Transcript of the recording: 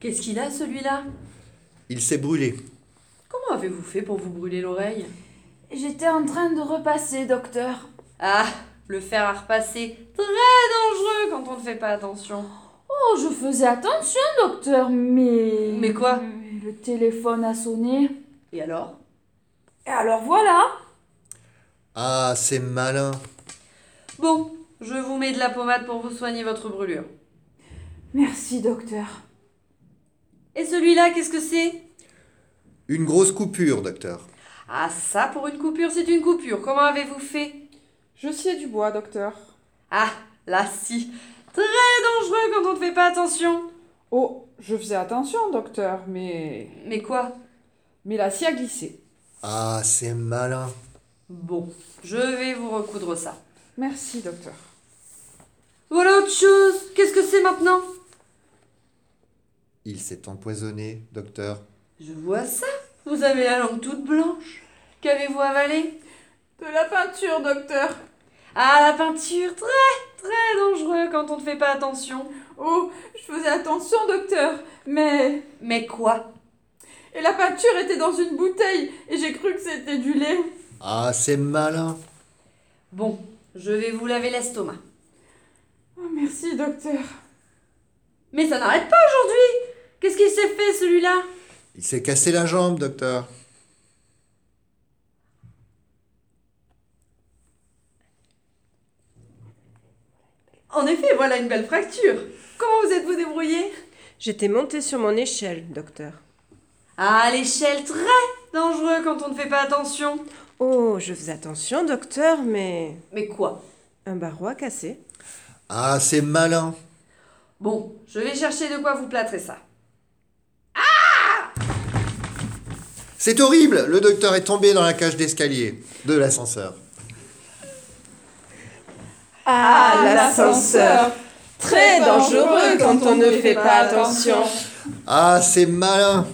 Qu'est-ce qu'il a celui-là Il s'est brûlé. Comment avez-vous fait pour vous brûler l'oreille J'étais en train de repasser, docteur. Ah, le fer à repasser, très dangereux quand on ne fait pas attention. Oh, je faisais attention, docteur, mais. Mais quoi Mais Le téléphone a sonné. Et alors Et alors voilà Ah, c'est malin. Bon, je vous mets de la pommade pour vous soigner votre brûlure. Merci, docteur. Et celui-là, qu'est-ce que c'est Une grosse coupure, docteur. Ah ça, pour une coupure, c'est une coupure. Comment avez-vous fait Je sciais du bois, docteur. Ah, là si. Très dangereux quand on ne fait pas attention. Oh, je faisais attention, docteur, mais. Mais quoi Mais la scie a glissé. Ah, c'est malin. Bon, je vais vous recoudre ça. Merci, docteur. Voilà autre chose. Qu'est-ce que c'est maintenant Il s'est empoisonné, docteur. Je vois ça. Vous avez la langue toute blanche. Qu'avez-vous avalé De la peinture, docteur. Ah, la peinture. Très, très dangereux quand on ne fait pas attention. Oh, je faisais attention, docteur. Mais. Mais quoi Et la peinture était dans une bouteille, et j'ai cru que c'était du lait. Ah, c'est malin. Bon, je vais vous laver l'estomac. Oh, merci, docteur. Mais ça n'arrête pas aujourd'hui. Qu'est-ce qu'il s'est fait celui-là Il s'est cassé la jambe, docteur. En effet, voilà une belle fracture. Comment vous êtes-vous débrouillé J'étais montée sur mon échelle, docteur. Ah, l'échelle, très dangereux quand on ne fait pas attention. Oh, je faisais attention, docteur, mais Mais quoi un barreau a cassé. Ah, c'est malin. Bon, je vais chercher de quoi vous plâtrer ça. C'est horrible. Le docteur est tombé dans la cage d'escalier de l'ascenseur. Ah, l'ascenseur. Très dangereux quand on ne fait pas attention. Ah, c'est malin.